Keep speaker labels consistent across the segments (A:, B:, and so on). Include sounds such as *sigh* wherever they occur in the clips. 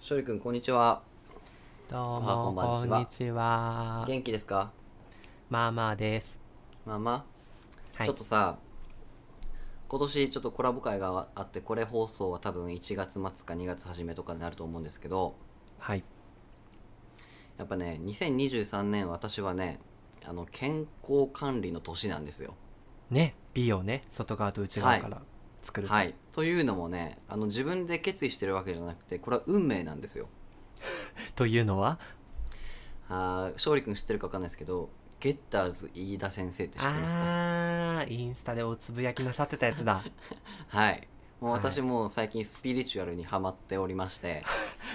A: 勝利くんこんにちは
B: どう
A: あこ
B: も
A: んばんち
B: こ
A: は
B: んにちは。
A: 元気ですか
B: まあまあです。
A: まあまあ、
B: はい
A: ちょっとさ今年ちょっとコラボ会があってこれ放送は多分1月末か2月初めとかになると思うんですけど
B: はい。
A: やっぱね2023年私はねあの健康管理の年なんですよ
B: ね、美をね、外側と内側から作ると。
A: はいというのもねあの自分で決意してるわけじゃなくてこれは運命なんですよ
B: というのは、
A: あー勝利くん知ってるか分かんないですけどゲッターズ飯田先生って知ってますか
B: あー、インスタでおつぶやきなさってたやつだ。 *laughs*
A: はいもう
B: はい
A: 私も最近スピリチュアルにハマっておりまして、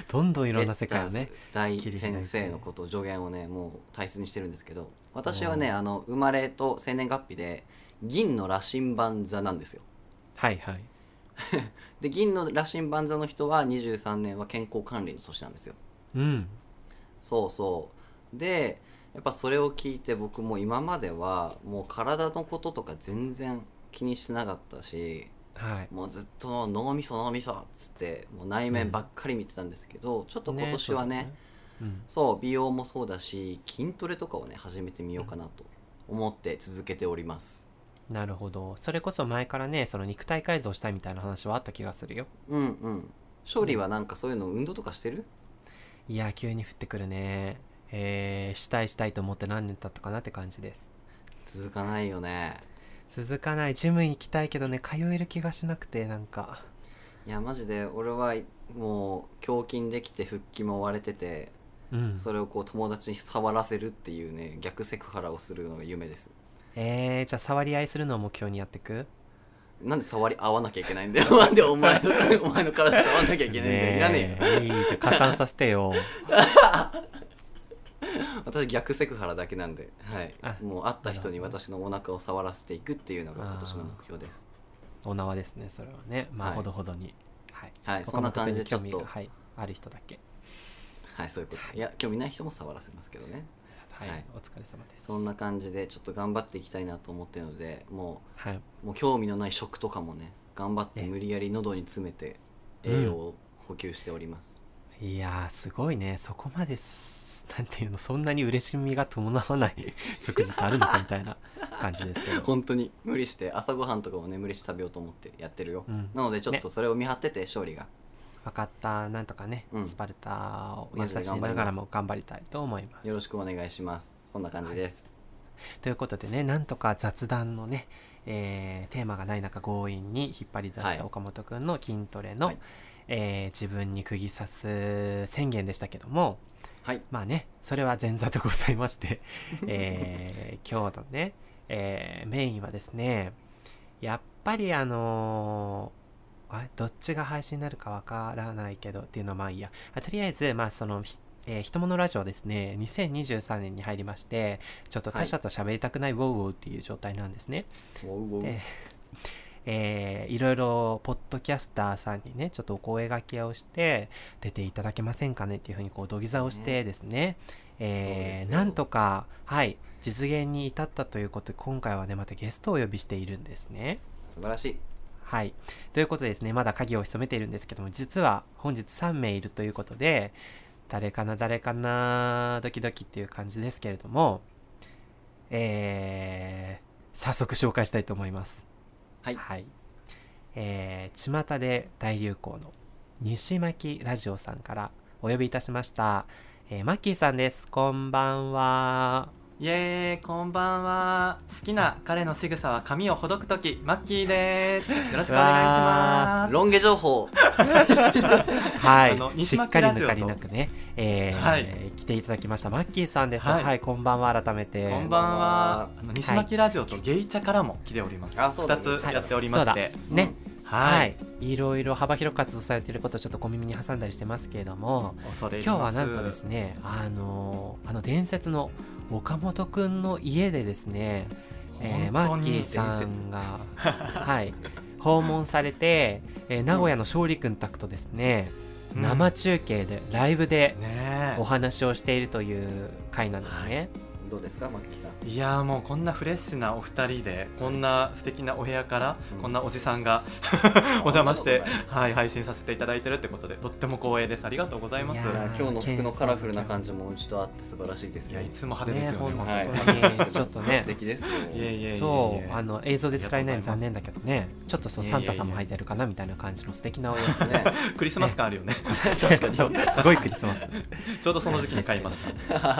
B: どんどんいろんな世界をね。
A: 大
B: 切り開いて
A: 先生のこと助言をねもう大切にしてるんですけど私はねあの生まれと生年月日で銀の羅針盤座なんですよ
B: はいはい。
A: で銀の羅針盤座の人は23年は健康管理の年なんですよ
B: うん。
A: そうそうでやっぱそれを聞いて僕も今まではもう体のこととか全然気にしてなかったし
B: はい。
A: もうずっと脳みそ脳みそっつってもう内面ばっかり見てたんですけど、ちょっと今年はね
B: そうだね。
A: そう美容もそうだし筋トレとかをね始めてみようかなと思って続けております
B: うん。なるほど。それこそ前からね、その肉体改造したいみたいな話はあった気がするよ。
A: うんうん勝利はなんかそういうの運動とかしてる
B: いやー、急に降ってくるね。えー、したいしたいと思って何年経ったかなって感じです。
A: 続かないよね
B: 続かない。ジム行きたいけどね、通える気がしなくて、なんか。
A: いやマジで俺はもう胸筋できて腹筋も割れてて
B: うん。
A: それをこう友達に触らせるっていうね逆セクハラをするのが夢です
B: えー、じゃあ触り合いするのを目標にやっていく
A: なんで触り合わなきゃいけないんだよなんでお前のお前の体触らなきゃいけないんだよいらねえよ
B: えいいじゃん加担させてよ
A: 私逆セクハラだけなんで、はい
B: あ、
A: もう会った人に
B: なるほど
A: 私のお腹を触らせていくっていうのが今年の目標です
B: お縄ですねそれはねまあ、
A: はい
B: ほどほどにはい、
A: はいそ
B: 他
A: ん
B: の
A: な
B: ことに
A: 感じでちょっ
B: 興味
A: と
B: がはい、ある人だけ
A: はいそういうこといや興味ない人も触らせますけどね
B: はい、
A: はい
B: お疲れ様です
A: そんな感じでちょっと頑張っていきたいなと思ってるのでも
B: はい、
A: うもう興味のない食とかもね頑張って
B: ええ
A: 無理やり喉に詰めて
B: うん
A: 栄養を補給しております、
B: いやーすごいねそこまですなんていうのそんなに嬉しみが伴わない *laughs* 食事ってあるのかみたいな感じですけ
A: *laughs*
B: ど
A: 本当に無理して朝ごはんとかもね無理して食べようと思ってやってるよ、
B: うん
A: なのでちょっとそれを見張ってて勝利が
B: 分かったなんとかね、
A: うん
B: スパルタを
A: マ
B: 優
A: ジで
B: し
A: 頑張
B: い
A: ります
B: ながらも頑張りたいと思います
A: よろしくお願いしますそんな感じです、
B: ということでねなんとか雑談のね、えーテーマがない中強引に引っ張り出
A: は
B: し
A: い
B: た岡本君の筋トレの、
A: はい
B: えー自分に釘刺す宣言でしたけども
A: はい
B: まあねそれは前座でございまして、え
A: *laughs*
B: ー今日のね、えーメインはですねやっぱりあのーあどっちが配信になるかわからないけどっていうのはまあいいやあとりあえずまあそのひえー、ひとものラジオですね2023年に入りましてちょっと他者と喋りたくないウォウウォウっていう状態なんですね、
A: ウォウウォウ
B: でえーいろいろポッドキャスターさんにねちょっとお声掛けをして出ていただけませんかねっていうふうにこう土下座をしてですね
A: そうで
B: え
A: す
B: ー
A: よ
B: なんとかはい実現に至ったということで今回はねまたゲストをお呼びしているんですね
A: 素晴らしい
B: はいということでですねまだ鍵を潜めているんですけども実は本日3名いるということで誰かな誰かなドキドキっていう感じですけれどもえー、早速紹介したいと思います
A: はい
B: はい。えー、巷で大流行の西巻ラジオさんからお呼びいたしました。えー、マッキーさんです。こんばんは。
C: イエーイこんばんは好きな彼の仕草は髪をほどくときマッキーですよろしくお願いします
A: ロン毛情報
B: は
C: あの
B: い。し
C: 西
B: っ
C: 巻
B: かり
C: ラジ
B: 抜
C: オと
B: かりなくね、えー
C: はい
B: 来ていただきましたマッキーさんです。は、
C: はいい
B: こんばんは改めて。
C: こんばんはあの西巻ラジオとゲイチャからも来ております、
A: あそうだね
C: 2つやっておりまし
B: は
C: て
B: いね。
C: は
B: はいい、いろいろ幅広く活動されていることをちょっと小耳に挟んだりしてますけれども、
C: 恐れ入ります
B: 今日はなんとですねあのあの伝説の岡本くんの家でですね、えー
C: 本
B: マ
C: 当
B: ッ
C: に
B: キーさんがはい訪問されて、えー名古屋の勝利くん宅とですね、
C: うん
B: 生中継でライブで
C: ねえ
B: お話をしているという回なんですね。
A: どうですかマッキーさん
C: いやーもうこんなフレッシュなお二人でこんな素敵なお部屋からこんなおじさんが *laughs* お邪魔して
A: ありがとうござい
C: はい配信させていただいてるってことでとっても光栄ですありがとうございます
B: い
C: い
B: や
A: い
B: ー
A: や
C: や
A: 今日の服のカラフルな感じもうちとあって素晴らしい *laughs* ですよ
C: いつも派手で
B: ね
C: すよね
B: 本
A: は
B: 当にねちょっとね
A: 素敵ですよ
C: いえいえいえ
B: そうあの映像で伝えないの
C: ありがとうございます
B: 残念だけどねちょっとそう
C: いえいえ
B: サンタさんも履いてるかなみたいな感じの素敵なお
C: *laughs*
B: 洋服
A: ね
C: クリスマス感あるよね
B: 確かにそうす
C: *laughs*
B: ごいクリスマス、
C: ちょうどその時期に買いました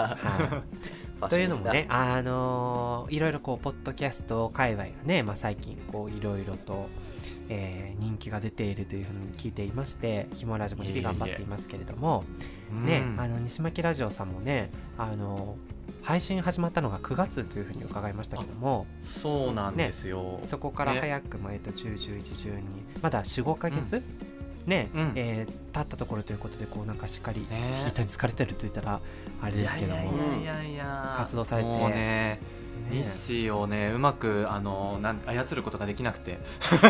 A: ファッションでした
B: はい、というのもねあのーいろいろこうポッドキャスト界隈がね、まあ、最近こういろいろと、えー人気が出ているというふうに聞いていまして「ひもラジ」も日々頑張っていますけれどもね
C: うん
B: あの西巻ラジオさんもねあの配信始まったのが9月というふうに伺いましたけども
C: そうなんですよ、
B: そこから
C: ね
B: 早くも、えっと10、11、12まだ4、5ヶ月、ね、
C: うん
B: えー経ったところということでこうなんかしっかり
C: ね
B: 聞いたに疲れてると言ったらあれですけども、
A: も
C: いやいやいやいや
B: 活動されて
C: もうね
B: ね
C: ミッシーをねうまくあのなん操ることができなくて
B: そう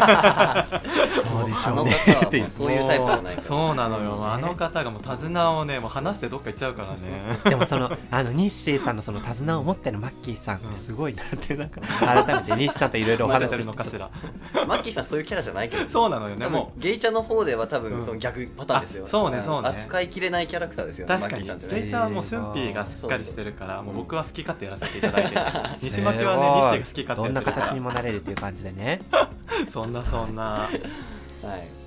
B: でしょうね。
A: あの方はもうそういうタイプじゃないから
C: そうなのよ、
B: ね
C: あの方がもう手綱をねもう離してどっか行っちゃうからね
B: でもそのあのニッシーさんのその手綱を持ってるマッキーさんってすごいなってなんか改めてニッシーさんといろいろお
C: 離れ
B: 話
C: て
B: し
C: る
B: し
C: のかしてら
A: マッキーさんそういうキャラじゃないけど
C: そうなのよね
A: 多分
C: も
A: ゲイチャの方では多
C: う
A: 分
C: ん
A: その逆パターンですよ、
C: あそうねそうね
A: 扱いきれないキャラクターです
C: う
A: よね
C: 確かに
A: マッキーさんっ
C: ス
A: て
C: イ
A: ね
C: ちゃんはもうシュンピーがしっかりしてるからもう僕は好き勝手やらせていただい
B: *laughs*
C: て
B: すごい
C: 西巻はねニッシーが好き勝手やってるから
B: どんな形にもなれるという感じでね。
C: そんなそんな
A: はい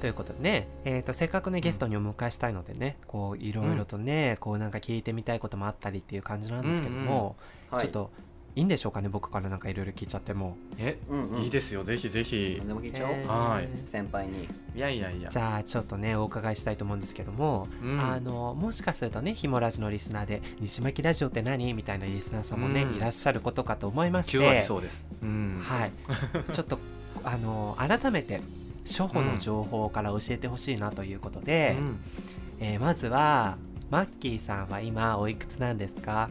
B: ということでね、えー、とせっかくねゲストにお迎えしたいのでねこういろいろとね、こうなんか聞いてみたいこともあったりっていう感じなんですけども、
A: はい
B: ちょっといいんでしょうかね僕からなんかいろいろ聞いちゃっても
C: え
A: うんうん
C: いいですよぜひぜひ
A: 何でも聞いちゃおう、
B: えー
C: はい
A: 先輩に
C: いやいやいや
B: じゃあちょっとねお伺いしたいと思うんですけども、
C: うん
B: あのもしかするとねひもラジのリスナーで「西巻ラジオって何?」みたいなリスナーさんもね、
C: うん
B: いらっしゃることかと思いまして
C: 9割そうですうん
B: はい、
C: *laughs*
B: ちょっとあの改めて初歩の情報から教えてほしいなということで、
C: うん
B: えーまずはマッキーさんは今おいくつなんですか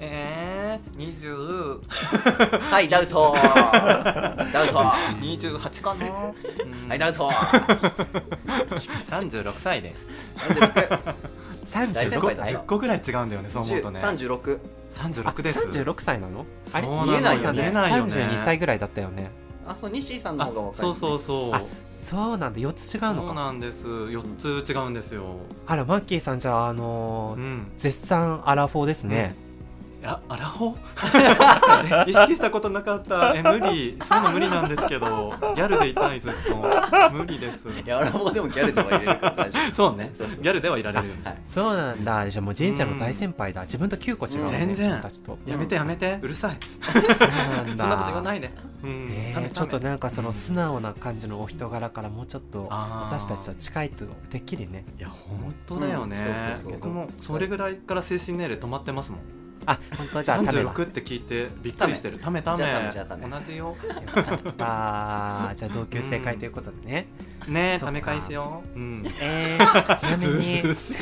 C: えー、
A: はいダウト
B: *laughs*
A: ダウトは
C: 20 28かな、 *laughs*
A: いダウト
C: 36歳です
A: 大先
B: 36
A: 輩
B: 歳
A: だよ
C: 10個ぐらい違うんだよねそう思うとね
A: 3636
C: 36です
B: 36歳なのあれ
C: そう
A: なのよ
B: 西巻さんって
A: 見え
C: ないよね
B: 32歳ぐらいだったよね
A: あそう西井さんの
C: あ
A: 方が若い、
C: そうそううそう
B: あそうなんだ4つ違うの
C: そう
B: か
C: なんです4つ違うんですよ
B: あらマッキーさんじゃああの
C: う
B: ー
C: ん
B: 絶賛アラフォーですね、
C: あアラフォー *laughs* 意識したことなかったえ無理そういうの無理なんですけどギャルでいたいずっと無理です
A: いや俺もでもギャルでは入れるから大
C: *laughs*
A: 丈夫
C: そうね
A: そうそう
C: ギャルではいられるよね
A: はい
B: そうなんだじゃあもう人生の大先輩だ、自分と9個違うのね
C: 全然
B: 自分たちと
C: やめてやめてうるさい
B: そうなん
C: そん
B: だ
C: なこと言わないでうん
B: えー
C: ためため
B: ちょっとなんかその素直な感じのお人柄からもうちょっと
C: あー
B: 私たちと近いとてっきりね
C: いや本当だよね
A: そうそうそう
C: 僕もそれぐらいから精神年齢止まってますもん
B: あ本当じゃあ食べは
C: 36って聞いてびっくりしてるためため
A: じゃあためじゃあため
C: 同
B: *laughs*
C: じよ
B: よかったじゃあ同級生会ということでね、
C: ね
B: そ
C: え
B: っか
C: ため返しよううん
B: えー、ちなみ
C: *laughs*
B: に
C: ずうずう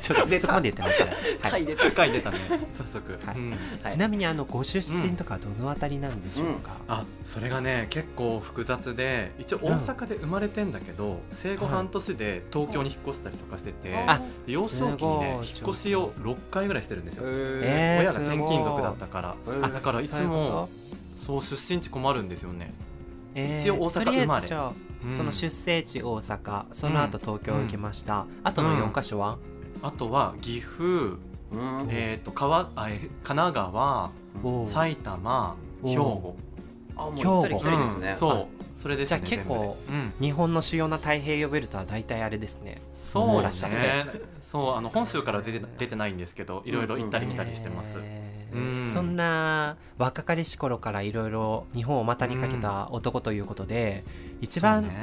B: ちょっと
C: *laughs*
B: そこまで言ってないから、はい
A: はい、出た
C: 深い出たね早速、
B: はい
C: うん
A: はい
B: ちなみにあのご出身とかどのあたりなんでしょうか、
C: あそれがね結構複雑で一応大阪で生まれてんだけど、生後半年で東京に引っ越したりとかしてて、
B: あ
C: 幼少期にね
B: すごい
C: 引っ越しを6回ぐらいしてるんですよ、
B: えー
C: 親が転勤族だったから、
A: すごい
C: あだからい
B: そう
C: つ
B: いうこ
C: もそう出身地困るんですよね、
B: とえー
C: 一応大阪
B: とりあえず
C: 生まれ
B: じゃあ
C: うん
B: その出生地大阪その後東京行きました、あとの4か所は、
C: あとは岐阜、
A: うん
C: えー、と川あえー神奈川
B: おー
C: 埼玉
B: お
C: 兵庫、
A: あもう行ったり来たりです
C: う
A: ね
C: ん、そうそれですね
B: じゃあ結構
C: 全部でうん
B: 日本の主要な太平洋ベルトは大体あれですね
C: そう
B: 網羅
C: ね
B: したね
C: そうあの本州から出て出てないんですけどいろいろ行ったり来たりしてます、
B: え
C: うん
B: そんな若かりし頃からいろいろ日本を股にかけた男ということで、一番
C: そうね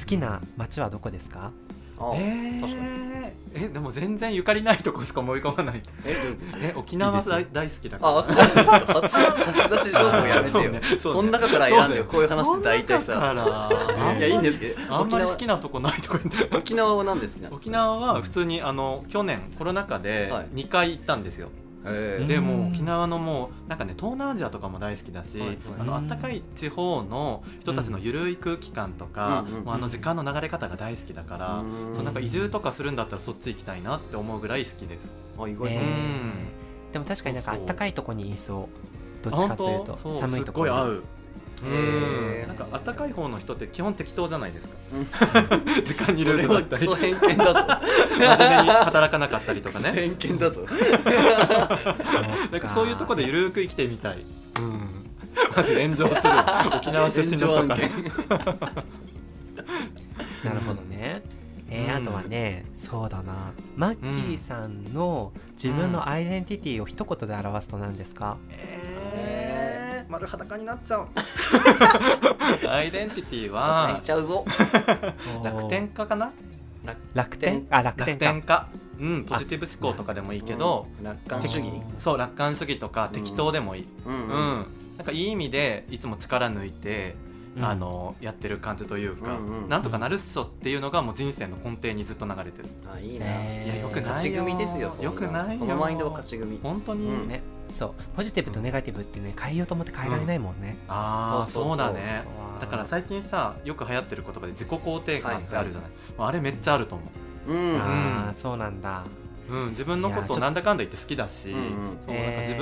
B: 好きな街はどこですか、
A: あ
C: えー
A: 確かに
C: えでも全然ゆかりないとこしか思い浮かばない
A: えどういうこと
C: え沖縄
B: いい
C: 大
B: で
C: 大好きだから
A: あ、そうなんですか。初、初出し情報やめて
C: そうね
A: よ。
C: そう
A: そ
C: ね
A: ん中から選んでよ、
C: そうだよ
A: こういう話って大体
C: そ
A: さ。
C: んな中から
A: いや、いいんですけど。
C: あん
A: 沖
C: まり好
A: 縄、
C: きなとこないとこ言って
A: 沖縄は何ですか
C: 沖縄は普通にあの去年コロナ禍で
A: はい
C: 2回行ったんですよ、
A: え
B: うん
A: ー
C: でも沖縄のもうなんかね東南アジアとかも大好きだし、
A: はいはい
C: あの暖かい地方の人たちのゆるい空気感とか、
A: うんうんうん
C: もうあの時間の流れ方が大好きだから、
A: うん
C: そうなんか移住とかするんだったらそっち行きたいなって思うぐらい好きです。
A: あ、意外
B: え
A: と
B: ー
C: うん
B: でも確かになんかあ
C: そう
B: っ
C: そ
B: た
C: う
B: かいとこにいそうどっちかというと
C: あ本当そう
B: 寒いとこ
C: すっごい合
B: ろ
C: うう
B: へ
A: ー
C: んなんか暖かい方の人って基本適当じゃないですか
A: うん
C: *laughs* 時間に
A: *laughs* そ
C: ルー
A: れ
C: ズだ
A: は
C: った
A: ク
C: り
A: ソ
C: 真面
A: 偏見だぞ
C: 目に働かなかったりと
A: *laughs*
C: かね
A: 偏見だぞ
C: なんかそういうとこ
B: で
C: でゆるく生きてみたいうんマジ炎上する沖縄出身の人
A: 炎上 *laughs*
C: から
A: 案件
B: なるほどねえー
C: うん
B: あとはねそうだなマッキーさんの自分のアイデンティティを一言で表すと何ですか、
C: えー丸裸になっちゃうアイデンティティ
A: バカに
C: は
A: しちゃうぞ
C: 楽天家かな
B: 楽天あ楽
C: 楽
B: 天か
C: 天家うんポジティブ思考とかでもいいけど
A: うん楽観主義
C: そう楽観主義とか適当でもいい
A: うん
C: う
A: うんん
C: なんかいい意味でいつも力抜いて
B: うん
C: あのやってる感じというか、
A: うんうん
C: なんとかなるっしょっていうのがもう人生の根底にずっと流れてる
A: あいいな、
B: えー
C: いやよくない
A: 勝ち組ですよそん
C: よくないよ
A: そのマインドは勝ち組
C: 本当に、
A: うん
B: ねそうポジティブとネガティブってね変えようと思って変えられないもんね、
C: ああそ
A: そううそうそう
C: だね
B: わー
C: だから最近さよく流行ってる言葉で自己肯定感ってあるじゃない、あれめっちゃあると思
A: うんうん
B: ああそうなんだ
C: う、うん、自分のこ
B: いやちょ
C: と
B: っと
C: なんだかんだ言って好きだし、
A: うん
C: そう
B: え
C: なん
B: ー
C: か自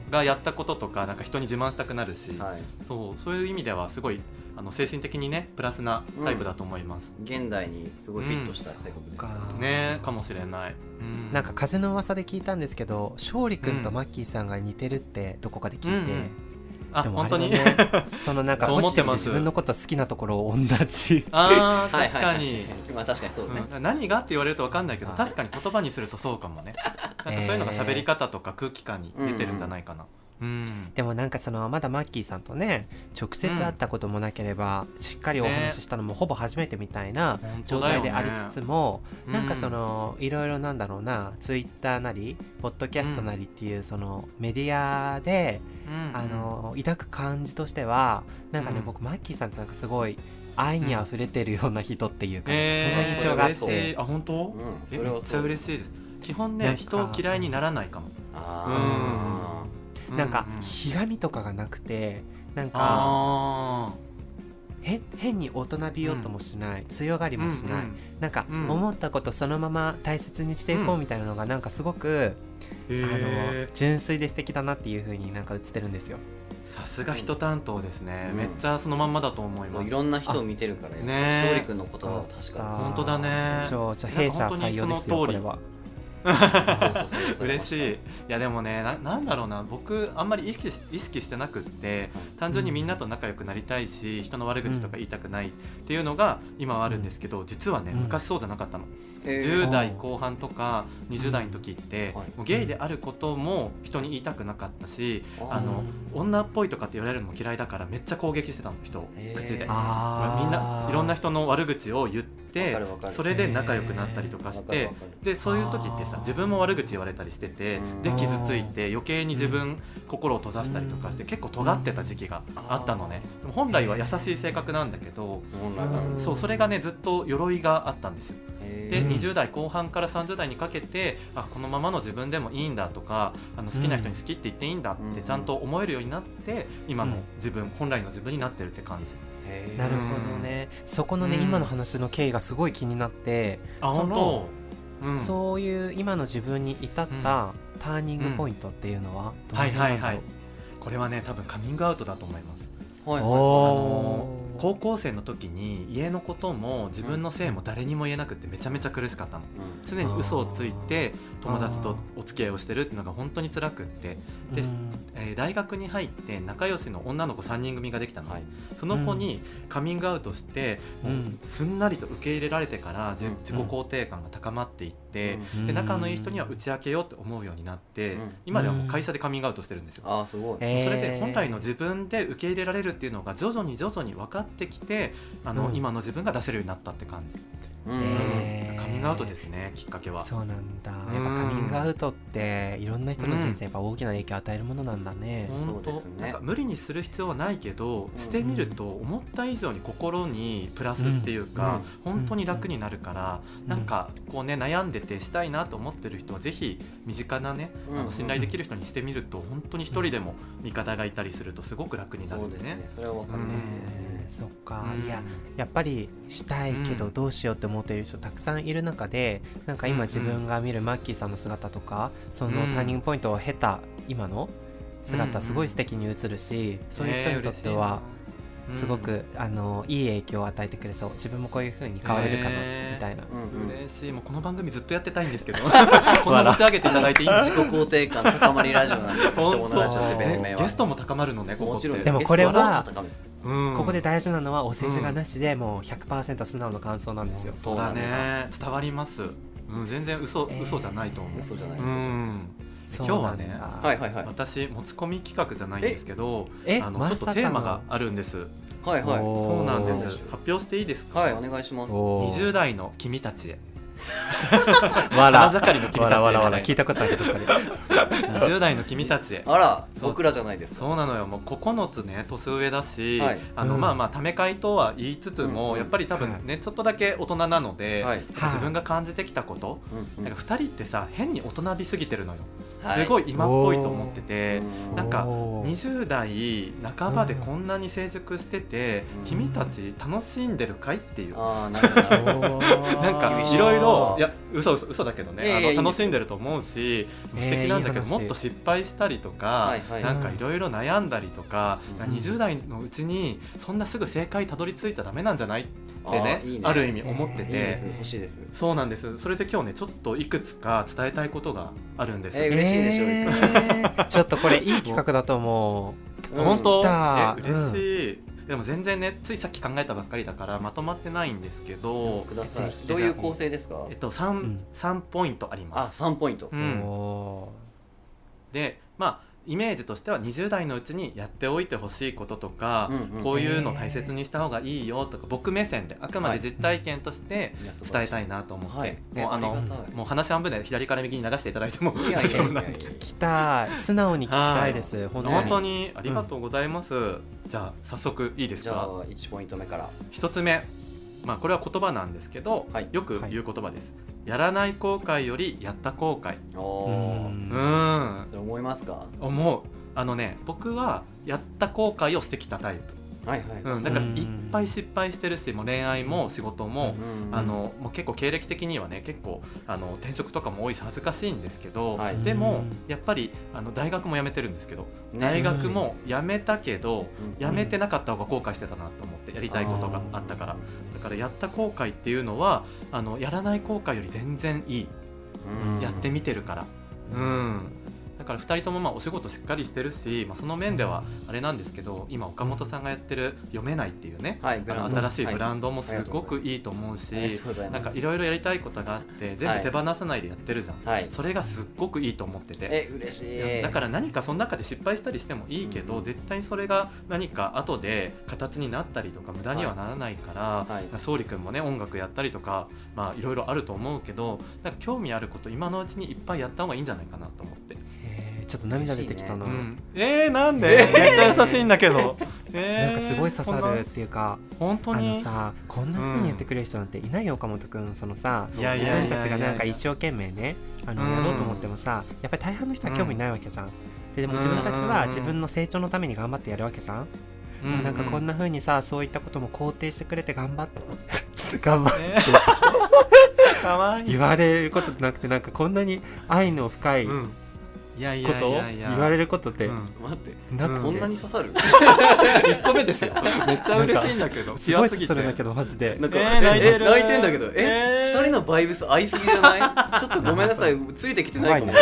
C: 分がやったこととかなんか人に自慢したくなるし、
A: はい
C: そうそういう意味ではすごいあの精神的にねプラスなタイプだと思います、
A: 現代にすごいフィットした性格ですよ、
B: うんそっか
C: ねかもしれない、うん
B: なんか風の噂で聞いたんですけど勝利君とマッキーさんが似てるってどこかで聞いて、
C: うんうんあ
B: でも
C: 本
B: あ
C: 当に
B: れは *laughs* ねそのなんか
C: そう
B: ポ
C: 思
B: ジティブで
C: ってます
B: 自分のこと好きなところを同じ
C: あー
A: はい
C: 確
A: はいは
C: か
A: い
C: に、
A: まあ確かにそうですね、
C: うん何がって言われると分かんないけど
B: あ
C: 確かに言葉にするとそうかもねなんかそういうのが喋り方とか空気感に出てるんじゃないかな、うん
B: でもなんかそのまだマッキーさんとね直接会ったこともなければ、しっかりお話ししたのもほぼ初めてみたいな
C: 本当
B: 状
C: だよ
B: 態
C: ね
B: でありつつも、
C: うん
B: なんかそのいろいろなんだろうなツイッターなりポッドキャストなりっていうそのメディアで、
C: うん
B: あの抱く感じとしてはなんかね、
C: うん
B: 僕マッキーさんってなんかすごい愛にあふれてるような人っていうか、そん
C: え
B: な
C: ー
B: 印象があっ
A: それ嬉
B: て
A: し。
C: あ本当、
A: うん
C: え
A: それ
C: め
A: は
C: っちゃ嬉しいです基本
B: な
C: ね
B: んか
C: 人を嫌いにならないかも、
A: あ
B: なんか
C: うう
B: ひがみとかがなくてなんか
C: あ
B: へ変に大人びようともしない、強がり
C: ー
B: もしない、
C: うん
B: なんか
C: うん
B: 思ったことそのまま大切にしていこうみたいなのがなんかすごく、
C: うん
B: あ
C: へ
B: の純粋で素敵だなっていう風になんか映ってるんですよ。
C: ーさすが人担当ですね、
A: うん
C: めっちゃそのまんまだと思い
A: ー
C: ま
A: そうい
C: す
A: ろんな人を見てるから
C: あねえ
A: 勝利君の言葉は確か
C: 本当だね
B: ちょちょ弊社
C: なんか本当
B: 採
C: に
B: 用
C: その
B: ですよ
C: 通り
B: これ
C: *laughs*
B: は。
A: にそうそうそうそう
C: 嬉しいいやでもねななんだろうな僕あんまり意識し意識してなくって単純にみんなと仲良くなりたいし、人の悪口とか言いたくないっていうのが今はあるんですけど、実はね
B: うん
C: 昔そうじゃなかったの、
A: えー
C: 10代後半とか20代の時って、
A: はい
C: もうゲイであることも人に言いたくなかったし、
A: あ
C: あの女っぽいとかって言われるのも嫌いだからめっちゃ攻撃してたの人を
A: へー
C: 口で、
A: あ
B: あー
C: みんないろんな人の悪口を言って
A: わかるわかる
C: それで仲良くなったりとかし
A: へー
C: て
A: わかるわか
C: でそういう時って
B: あー
C: さ自分も悪口言われたりしてて
A: うん
C: で傷ついて余計に自分心を閉ざしたりとかして結構尖ってた時期があったのねでも本来は優しい性格なんだけど
A: 本来は
B: うん
C: そうそれがねずっと鎧があったんですよ
A: へ
C: で
A: ー
B: うん
C: 20代後半から30代にかけてあこのままの自分でもいいんだとかあの好きな人に好きって言っていいんだって
A: うん
C: ちゃんと思えるようになって今の自分本来の自分になってるって感じ
A: へー
B: なるほどね。そこのね、
C: うん
B: 今の話の経緯がすごい気になって、
C: あ
B: そ
C: 本
B: の
C: 当うん
B: そういう今の自分に至ったターニングポイントっていうのはどの
C: はい
B: 辺なんだ
C: は
B: ろう、
C: いはいこれはね多分カミングアウトだと思います
A: はいはい
B: おー
C: あのー高校生の時に家のことも自分のせいも誰にも言えなくてめちゃめちゃ苦しかったの
A: うん
C: 常に嘘をついて友達
B: あ
C: と
B: ー
C: お付き合いをしてるっていうのが本当に辛くって、で
B: うん
C: えー大学に入って仲良しの女の子3人組ができたの、
A: はい
C: その子にカミングアウトして、
B: うん
C: すんなりと受け入れられてからじ
A: うん
C: 自己肯定感が高まっていって、
A: うん
C: で仲のいい人には打ち明けようって思うようになって、
A: うん
C: 今ではもう会社でカミングアウトしてるんですよ。
A: あーすごい
B: えー
C: それで本来の自分で受け入れられるっていうのが徐々に徐々に分かってきてあの、
B: うん
C: 今の自分が出せるようになったって感じ、
A: うん
B: えー
C: カミングアウトですねきっかけは
B: そうなんだやっぱ
C: ん
B: カミングアウトっていろんな人の人生やっぱ大きな影響を与えるものなんだね、
C: 本当
A: そうですね
C: なんか無理にする必要はないけど、してみると思った以上に心にプラスっていうか、本当に楽になるから、
B: ん
C: なんかこうね悩んでてしたいなと思ってる人はぜひ身近なね、
A: うん
C: あの信頼できる人にしてみると本当に一人でも味方がいたりするとすごく楽になる
A: そ
C: よ
A: うですね
C: ね。
A: それはわかりますね
B: そっか、
C: うん
B: いややっぱりしたいけ
C: う
B: ど
C: ん
B: どうしようって思っている人たくさんいる中でなんか今
C: うん
B: 自分が見るマッキーさんの姿とかその
C: うん
B: ターニングポイントを経た今の
C: う
B: 姿
C: ん
B: すごい素敵に映るしそういう人にとってはすごく、あのいい影響を与えてくれそう自分もこういう風に変われるかな
C: へー
B: みたいな、
A: うんうん
C: 嬉しいもうこの番組ずっとやってたいんですけ
B: *laughs*
C: どこの持ち上げていただいていいんです
A: 自己肯定感高まりラジオなんで、人
C: *laughs* 本
A: も
C: 当
A: のラジオって別名は。
C: ゲストも高まるのねこ
A: も
C: こっ
A: ち
C: て
A: ろん
B: でもこれは
A: ゲストラジオ高め
C: うん
B: ここで大事なのはお世辞がなしでもう100%素直な感想なんですよ、
A: そう
C: だ
A: だね。
C: ね伝わります、うん、全然嘘、
B: えー
C: 嘘じゃないと思う
A: 嘘じゃない。
C: うん
B: そう
C: 今日はね
B: なんだ
A: はいはいはい。
C: 私持ち込み企画じゃないんですけど
B: え
C: あの
B: ま
C: ちょ
B: さか
C: っと
B: の
C: テーマがあるんです
A: はいは
B: おー
C: そうなんです
A: お
C: 発表していいです
A: い。
C: か、
A: はい、お願いします。
B: おー
C: 20代の君たちへ
B: *laughs* わら
C: 花盛りの君たち
B: わらわらわら聞いたことあるどっかで
C: 20代の君たちへ
A: あら、僕らじゃないですか。
C: そうなのよもう9つね年上だし、
A: はい
C: あの
B: うん
C: まあまあため会とは言いつつも、
A: うんうん
C: やっぱり多分ね、ちょっとだけ大人なので、
A: はい。
B: はい
C: 自分が感じてきたこと、
A: うんう
C: なん
A: ん
C: か2人ってさ変に大人びすぎてるのよ、
A: は
C: すごい今っぽいと思ってて
A: うん
C: なんか
B: おー
C: 20代半ばでこんなに成熟してて、
A: うん
C: 君たち楽しんでるかいっていう、
A: ああ、なるほどなるほど。
B: おー
C: *laughs* な
A: 厳
B: *laughs*
C: んか
A: しい
C: いろいろ
A: あー
C: いや嘘嘘嘘だけどね、
A: いやいや
C: あ
A: いい
C: の
A: です
C: 楽しんでると思うし
B: えー
C: 素敵なんだけど、
B: いい話
C: もっと失敗したりとか、
A: はいはい
C: なんかいろいろ悩んだりとか,、
A: うん
C: 20代のうちにそんなすぐ正解たどり着いちゃダメなんじゃないってね
A: あーいいね
C: ある意味思ってて、
A: いいですね、欲しいです。
C: そうなんですそれで今日ねちょっといくつか伝えたいことがあるんです、
A: え嬉しいでしょ
B: えー *laughs* ちょっとこれいい企画だと思う
A: うん
C: 本当
B: 来た
C: え嬉しい、でも全然ねついさっき考えたばっかりだからまとまってないんですけど、
A: くださ
B: ぜ
A: い
B: ひ。
A: どういう構成ですか
C: えっと 3,、
B: ん
C: 三ポイントあり
A: あ
C: ま、す
A: 3ポイント
B: う
C: う。
B: ん
C: ん
B: お
C: でまあイメージとしては20代のうちにやっておいてほしいこととか、
A: うんうん
C: こういうの大切にした方がいいよとか僕目線であくまで実体験として
A: いや素晴
C: 伝
A: ら
C: え
A: した
C: いなと思って、
A: はい
C: もうあの
A: ありがたい
C: もう話半分で左から右に流していただいても
A: いい
C: *laughs*
A: やいやいやいやいや
B: ー聞きたい素直に聞きたいです本当に
C: 本当にありがとうございます、じゃあ早速いいです
A: じゃあ
C: か
A: 1ポイント目から。
C: 一つ目まあこれは言葉なんですけど、
A: はい
C: よく言う言葉です、やらない後悔よりやった後悔
A: お
B: う
A: お。
C: うんん
A: それ思いますか
C: 思うあのね僕はやった後悔をしてきたタイプ
A: はいはい。
C: うん、だからいっぱい失敗してるしもう恋愛も仕事も、
A: うん
C: あのもう結構経歴的にはね結構あの転職とかも多いし恥ずかしいんですけど、
A: はい
C: で
B: う
C: も
B: ん
C: やっぱりあの大学も辞めてるんですけど
A: ね
C: 大学も辞めたけど
A: うん
C: 辞めてなかった方が後悔してたなと思ってやりたいことがあったからだからやった後悔っていうのはあのやらない後悔より全然いい、
A: うん
C: やってみてるから。うんだから2人ともまあお仕事しっかりしてるし、まあ、その面ではあれなんですけど今岡本さんがやってる「読めない」っていうね、
A: はい、ブラ
C: あ
A: ン
C: の
A: ド
C: 新しいブラ
A: ン
C: ンドもすごくいいと思うし、
A: ありがとうございま
C: なん
A: す
C: かいろいろやりたいことがあって全部手放さないでやってるじゃん、
A: はい。
C: それがすっごくいいと思ってて、
A: え、嬉し
C: いや
A: い。
C: だから何かその中で失敗したりしてもいいけど、
A: うん
C: 絶対それが何か後で形になったりとか無駄にはならないから、
A: はい
C: なんか総理君もね音楽やったりとかまあいろいろあると思うけどなんか興味あること今のうちにいっぱいやった方がいいんじゃないかなと思って、
B: えーちょっと涙出てきたな、
C: うんえー、なんで、めっちゃ優しいんだけど、えー
B: なんかすごい刺
C: こん
B: さ
C: な
B: るっていうか
C: 本当
B: あ
C: に
B: のさこんな風に言ってくれる人なんていないよ岡本君そのさ
C: いやい
B: 自
C: やいやい
B: 分
C: や
B: たちがなんか一生懸命ねあの
C: うん
B: やろうと思ってもさやっぱり大半の人は興味ないわけじゃん。ででも自分たちは自分の成長のために頑張ってやるわけじゃん、
C: うう
B: なんか *laughs* こんな風にさそういったことも肯定してくれて頑張って
C: *laughs*
B: 頑張っ
C: ねかわいい
B: 言われることじゃなくてなんかこんなに愛の深いこ
C: ん、いやいやい
B: とを
C: やいや
B: 言われることって
C: うん
A: 待って、
B: なくて
A: こ *laughs* んなに刺さる
C: 1個目ですよめっちゃ嬉しいんだけ
B: *laughs*
C: ど
B: すごい
C: 強
B: それだけ
C: ど
B: どマジで
A: なんか、
C: えー
A: え
C: 泣いてる
A: 泣いてんだけど、
C: え
A: え、
C: ー
A: 二人のバイブス合いすぎじゃないちょっとごめんな
C: *laughs*
A: さい、ついてきてないかも。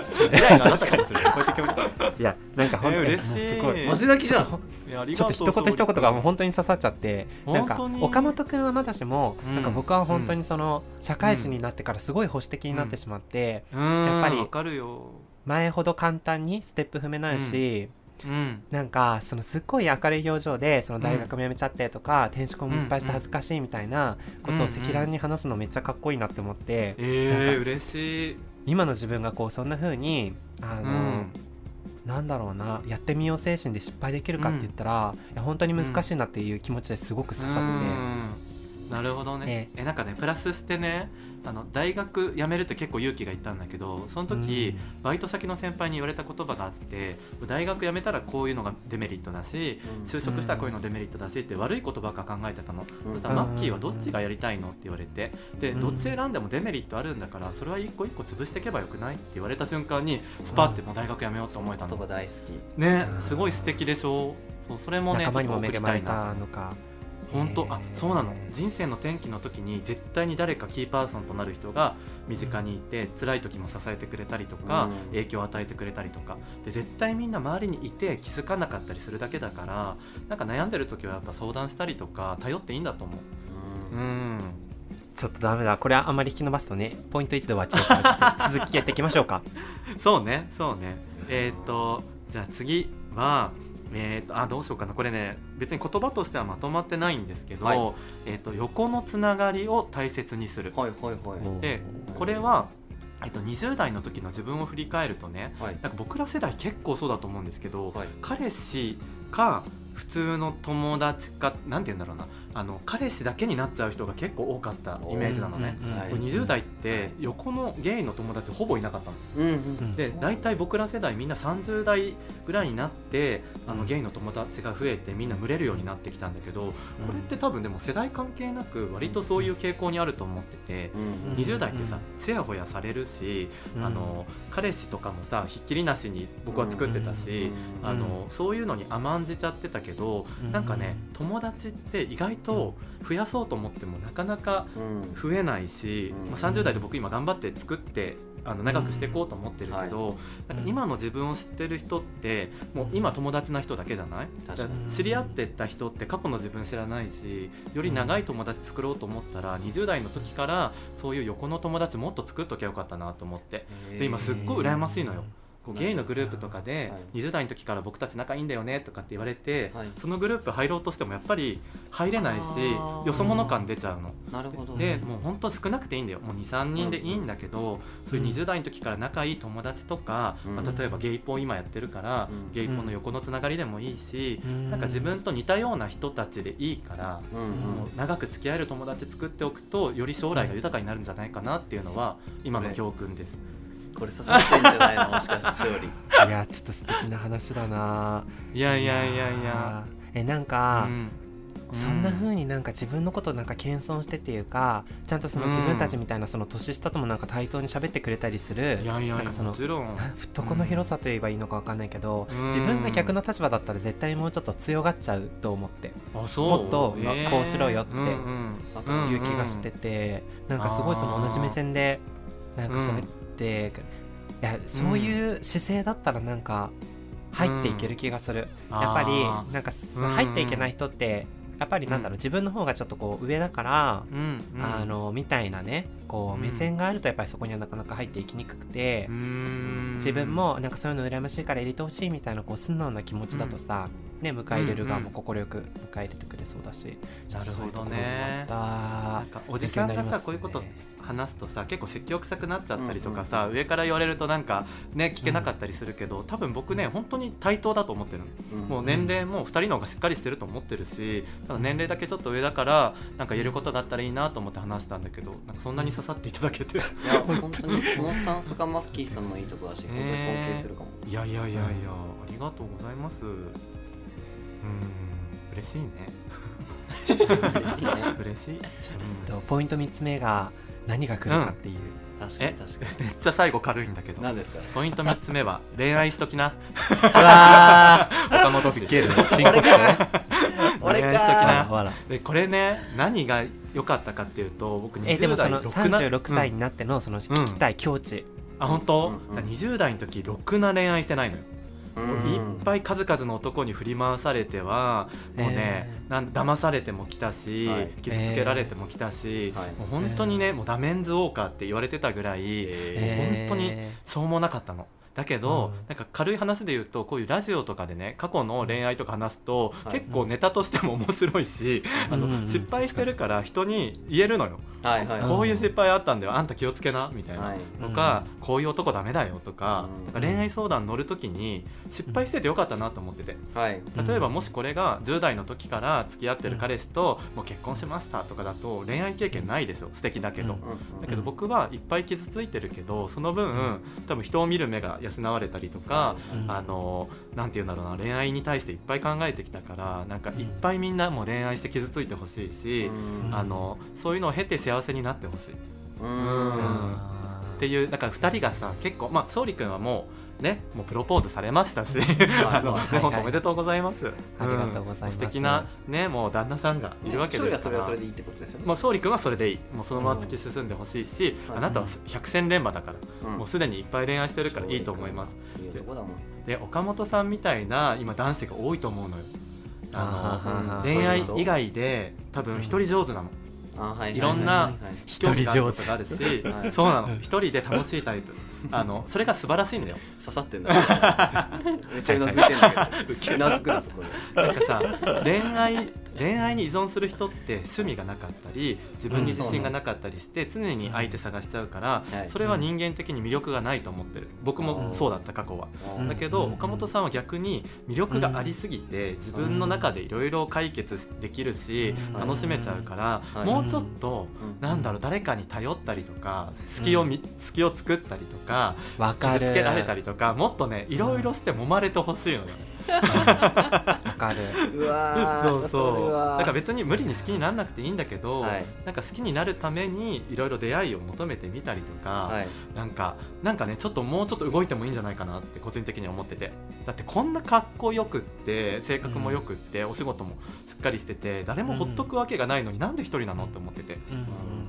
C: 未来のあなたかもしれないこうやって決
B: い
C: め
B: やなんか本当に
C: え嬉しい
B: もうすご
C: えー
A: マジ泣きじゃん。
C: いやあ
B: *laughs*
C: り
B: ちょ
C: が
B: っ
C: う
B: と一言一言がもう本当に刺さっちゃってなんか
C: 本当に
B: 岡本君はまだしも、
C: うん
B: なんか僕は本当にその社会人になってからすごい保守的になってしまって、
C: うん
B: やっぱり
C: わかるよ
B: 前ほど簡単にステップ踏めないし、
C: うん
B: なんかそのすっごい明るい表情でその大学も辞めちゃってとか、転職もいっぱいして恥ずかしいみたいなことを赤裸々に話すのめっちゃかっこいいなって思って、
C: え
B: な
C: ー、嬉しい
B: 今の自分がこうそんな風にあの、
C: うん
B: なんだろうなやってみよう精神で失敗できるかって言ったら、いや本当に難しいなっていう気持ちですごく刺さって。
C: うんなるほどね、えなんかねプラスしてねあの大学辞めるって結構勇気がいったんだけどその時、バイト先の先輩に言われた言葉があって大学辞めたらこういうのがデメリットだし就職したらこういうのデメリットだしって悪いことばっか考えてたの、
A: うん
C: そしたらマッキーはどっちがやりたいのって言われてで、
B: うん
C: どっち選んでもデメリットあるんだからそれは一個一個潰していけばよくないって言われた瞬間にスパってもう大学辞めようと思えた
A: 言葉
C: の
A: 大好き
C: ね
B: うん
C: すごい素敵でしょそうそれもね
B: 仲間にも
C: ちょ
B: 恵
C: っと
B: ま
C: 送
B: れ
C: りたい
B: た
C: な
B: のか
C: 本当あ
B: えー
C: そうなの人生の転機の時に絶対に誰かキーパーソンとなる人が身近にいて辛い時も支えてくれたりとか
A: うん
C: 影響を与えてくれたりとかで絶対みんな周りにいて気づかなかったりするだけだからなんか悩んでる時はやっぱ相談したりとか頼っていいんだと思う
A: う
C: うんん
B: ちょっとダメだこれはあんまり引き伸ばすとねポイント1度は違うから *laughs* ちょっと続きやっていきましょうか
C: そうねそうねえっ、とじゃあ次はえー、とあどうしようかなこれね別に言葉としてはまとまってないんですけど、
A: はい
C: えー、と横のつながりを大切にする
A: はいはいは
C: でこれは、えっと、20代の時の自分を振り返るとね
A: いはい
C: なんか僕ら世代結構そうだと思うんですけど、
A: はい
C: 彼氏か普通の友達かなんて言うんだろうなあの彼氏だけになっちゃう人が結構多かったイメージなのね。
B: うんうんうん
A: はい
C: これ20代っ
A: は
C: て
A: い
C: 横のゲイの友達ほぼいなかったの
A: うん
B: うん
C: で大体僕ら世代みんな30代ぐらいになってあ
B: う
C: の
B: ん
C: ゲイの友達が増えてみんな群れるようになってきたんだけどこれって多分でも世代関係なく割とそういう傾向にあると思ってて
A: うんうん
C: 20代って
B: う
C: さ
B: ん
C: ちやほやされるし、
B: うん
C: あの彼氏とかもさひっきりなしに僕は作ってたし、
A: うん
C: あのそういうのに甘んじちゃってたけど、
B: うん
C: なんかね友達って意外と増やそうと思ってもなかなか
A: うん
C: 増えないし、
A: うん
C: まあ、30代で僕今頑張って作ってあの長くしていこうと思ってるけど、なんか今の自分を知ってる人ってもう今友達な人だけじゃない
A: 確かに
C: だら知り合ってた人って過去の自分知らないしより長い友達作ろうと思ったら20代の時からそういう横の友達もっと作っときゃよかったなと思ってで今すっごい羨ましいのよ。こうゲイのグループとかで
A: はい
C: 20代の時から僕たち仲いいんだよねとかって言われて
A: はい
C: そのグループ入ろうとしてもやっぱり入れないし
A: あー
C: よそ者感出ちゃうの。
A: なるほど
C: でもう本当少なくていいんだよもう23人でいいんだけど、そういう
B: うん
C: 20代の時から仲いい友達とか、
A: うん
C: まあ、例えばゲイポン今やってるから、
A: うん
C: ゲイポンの横のつながりでもいいし、
B: な
C: なんか自分と似たような人たちでいいから、
A: うんうん
C: もう長く付き合える友達作っておくとより将来が豊かになるんじゃないかなっていうのは今の教訓です。
A: これ刺さってんじゃないのもしかして勝利
B: いやちょっと素敵な話だない
C: やいやいやいや。
B: えなんか、
C: うん
B: そんな風になんか自分のことなんか謙遜してっていうかちゃんとその自分たちみたいなその年下ともなんか対等に喋ってくれたりする
C: いやいや
B: ないん
C: や
B: かその
C: もちろん
B: な懐の広さといえばいいのかわかんないけど、
C: うん
B: 自分が逆の立場だったら絶対もうちょっと強がっちゃうと思って
C: あそう
B: もっとこうしろよって
C: うんうん
A: わか
C: うん
B: いう気がしてて、なんかすごいその同じ目線でなんか喋ってくる、いやそういう姿勢だったらなんか入っていける気がする、やっぱ
C: あ
B: りなんかす
C: うんうん
B: 入っていけない人ってやっぱりなんだろう自分の方がちょっとこう上だから、
C: ーうんうん
B: あのみたいなねこ
C: う
B: うん目線があるとやっぱりそこにはなかなか入っていきにくくて
C: うー、ん
B: 自分もなんかそういうの羨ましいから入れてほしいみたいなこう素直な気持ちだとさ、ね、迎え入れる側も快く迎え入れてくれそうだし、ちょっとそういうところもあ
C: な
B: っ
C: ん
B: た
C: かおじさんが
B: 勉強になりま
C: さ
B: す
C: こういうこと話すとさ結構説教臭くなっちゃったりとかさ、上から言われるとなんかね聞けなかったりするけど、多分僕ね本当に対等だと思ってるの、もう年齢も2人の方がしっかりしてると思ってるし、ただ年齢だけちょっと上だからなんか言えることがあったらいいなと思って話したんだけどなんかそんなに刺さっていただけ *laughs* て
A: いや本当にそのスタンスがマッキーさんのいいとこだし
C: ね
A: 本当に尊敬するかも
C: いやいやいやいやありがとうございますうん嬉しいね
A: 嬉しいね
C: 嬉しい、うん
B: えっとポイント3つ目が何が来るかっていう、
A: 確かに確か
C: めっちゃ最後軽いんだけど
A: に何ですか
C: ポイント3つ目は恋愛しときな
B: わ
C: 岡本すげえ
A: 俺か俺
C: お願いしときな
A: か
B: あわら
C: *laughs* でこれね何が良かったかっていうと僕
B: えで
C: 20
B: もそ
C: 代
B: の
C: 6な
B: 36歳
C: うん
B: になってのその聞きたい境地、
C: あ本当、
A: うんうん
C: だから20代の時ろくな恋愛してないのよ、いっぱい数々の男に振り回されてはもうね、
B: え
C: なん騙されても来たし、
A: はい
C: 傷つけられても来たし、
A: えーはい
C: もう本当にね、もうダメンズウォーカーって言われてたぐらい、
A: え
C: 本当にしょうもなかったのだけど、
B: うん
C: なんか軽い話で言うとこういうラジオとかでね過去の恋愛とか話すと、
A: はい
C: 結構ネタとしても面白いし、あ
B: うんうん
C: の失敗してるから人に言えるのよ、
A: はいはい
B: ん
C: こういう失敗あったんだよあんた気をつけなみたいな、
A: はい
C: とか、こういう男ダメだよとか,、
A: うん
C: なんか恋愛相談乗る時に失敗しててよかったなと思ってて
A: はい
C: 例えばもしこれが10代の時から付き合ってる彼氏ともう結婚しましたとかだと恋愛経験ないでしょ素敵だけど。
B: うん
C: だけど僕はいっぱい傷ついてるけどその分多分人を見る目が養われたりとか、
B: うん
C: あのなんて言うんだろうな恋愛に対していっぱい考えてきたからなんかいっぱいみんなも恋愛して傷ついてほしいし、あのそういうのを経て幸せになってほしいっ
A: うん
B: あー
C: ていうだから2人がさ結構まあ勝利君はもうねもうプロポーズされましたし
A: い
C: あの、
A: はい
B: はい
C: 本当おめでとうございます。
B: ありがとうございます
C: ん素敵なねもう旦那さんがいるわけ
A: ね
C: で
A: そ
C: すか
A: れはそれは
C: ら
A: それでいいってことですよね
C: まあ、勝利君はそれでいいもうそのまま突き進んでほしいし、
A: うん
C: あなたは百戦錬磨だから、
A: うん
C: もうすでにいっぱい恋愛してるからいいと思います
A: いい男だもん
C: で岡本さんみたいな今男子が多いと思うのよあ
A: ー
C: の
A: あ
C: 恋愛以
B: 外
C: 外で多分一人上手なの、
A: あはい
C: いろんな
A: はいはい
B: 一人上手
C: 興味があることがあるし、
A: *laughs* はい
C: そうなの一人で楽しいタイプあのそれが素晴らしいんだよ
A: 刺さってんだめっちゃうなずいてんだ
C: *laughs*
A: けどうなずくなそこで
C: なんかさ恋愛恋愛に依存する人って趣味がなかったり自分に自信がなかったりして常に相手探しちゃうから、
A: はい
C: それは人間的に魅力がないと思ってる僕もそうだった過去は。
B: うん
C: だけど
B: うん
C: 岡本さんは逆に魅力がありすぎて自分の中でいろいろ解決できるし
B: うん
C: 楽しめちゃうか
A: は
C: ら
A: い
C: もうちょっと
A: うん
C: なんだろう誰かに頼ったりとか隙をみ隙を作ったりとか
B: わか
C: 傷
B: る
C: つけられたりとかもっとねいろいろして揉まれてほしいのよ。
B: わかる
A: うわー
C: そ
A: 刺
C: うそう
A: さるわ
C: だから別に無理に好きにならなくていいんだけど、
A: はい
C: なんか好きになるためにいろいろ出会いを求めてみたりとか、
A: はい
C: なんかなんかねちょっともうちょっと動いてもいいんじゃないかなって個人的には思っててだってこんなかっこよくって性格もよくって、お仕事もしっかりしてて誰もほっとくわけがないのに、なんで一人なのって思ってて、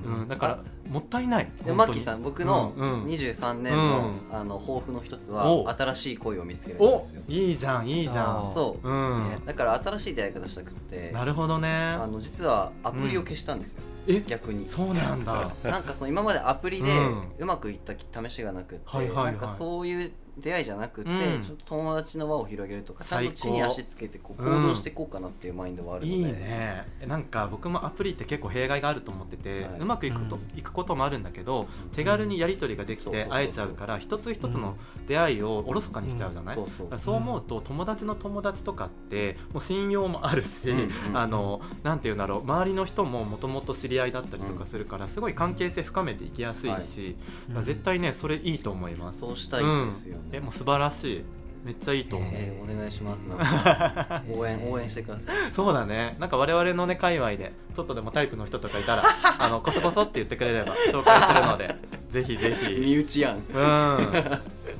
B: うん
C: うん、だからもったいない
A: でマッキーさん僕の
C: うんうん
A: 23年の,、
C: う
A: あの抱負の一つは
C: お
A: 新しい恋を見つけるん
C: お
A: ですよ
C: いいじゃんいいじゃん、
A: そう
C: ん
B: ね
A: だから新しい出会い方したくって
C: なるほどね
A: あの実はアプリを消したんですよ、
C: え
A: 逆に
C: そうなん
A: *laughs*
C: だ *laughs*
A: なんかその今までアプリで
C: うん
A: うまくいった試しがなくって、
C: はいはいはい
A: なんかそういう出会いじゃなくって、
C: うん
A: ちょっと友達の輪を広げるとかちゃんと地
C: 最高
A: に足つけてこう行動していこうかなっていうマインドはあるので、
C: いいねなんか僕もアプリって結構弊害があると思ってて、
A: はいう
C: まくいくこと、
B: う
C: いくこともあるんだけど手軽にやり取りができ
A: そうそうそ
C: て
A: うそう
C: 会えちゃうから一つ一つの出会いをおろそかにしちゃうじゃない、
A: そうそう
C: だからそう思うと友達の友達とかってもう信用もあるし、
A: うんうん
C: *laughs* あのなんていうんだろう周りの人ももともと知り合いだったりとかするからすごい関係性深めていきやすいし、だから絶対ねそれいいと思います、
A: そうしたいんですよね、
C: えもう素晴らしいめっちゃいいと思う、
A: えーお願いしますなん
C: *laughs*
A: か応援応援してください
C: そうだねなんか我々のね界隈でちょっとでもタイプの人とかい
A: *laughs*
C: たらあのこそこそって言ってくれれば紹介するのでぜひぜひ
A: 身内やん
C: うん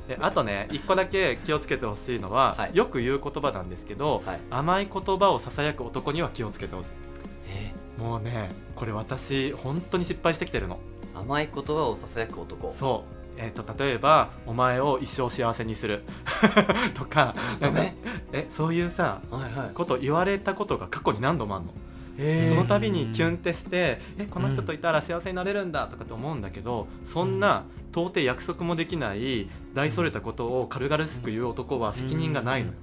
C: であとね一個だけ気をつけてほしいのは、
A: はい
C: よく言う言葉なんですけど、
A: はい
C: 甘い言葉をささやく男には気をつけてほしい
A: え
C: もうねこれ私本当に失敗してきてるの
A: 甘い言葉をささやく男
C: そうえー、と例えば「お前を一生幸せにする」 *laughs* とかな
A: ダ
C: んか
A: メ
C: えそういうさ
A: はいはい
C: こと言われたことが過去に何度もあんのその度にキュンってして、えこの人といたら幸せになれるんだとかと思うんだけど、そんな到底約束もできない大それたことを軽々しく言う男は責任がないのよ、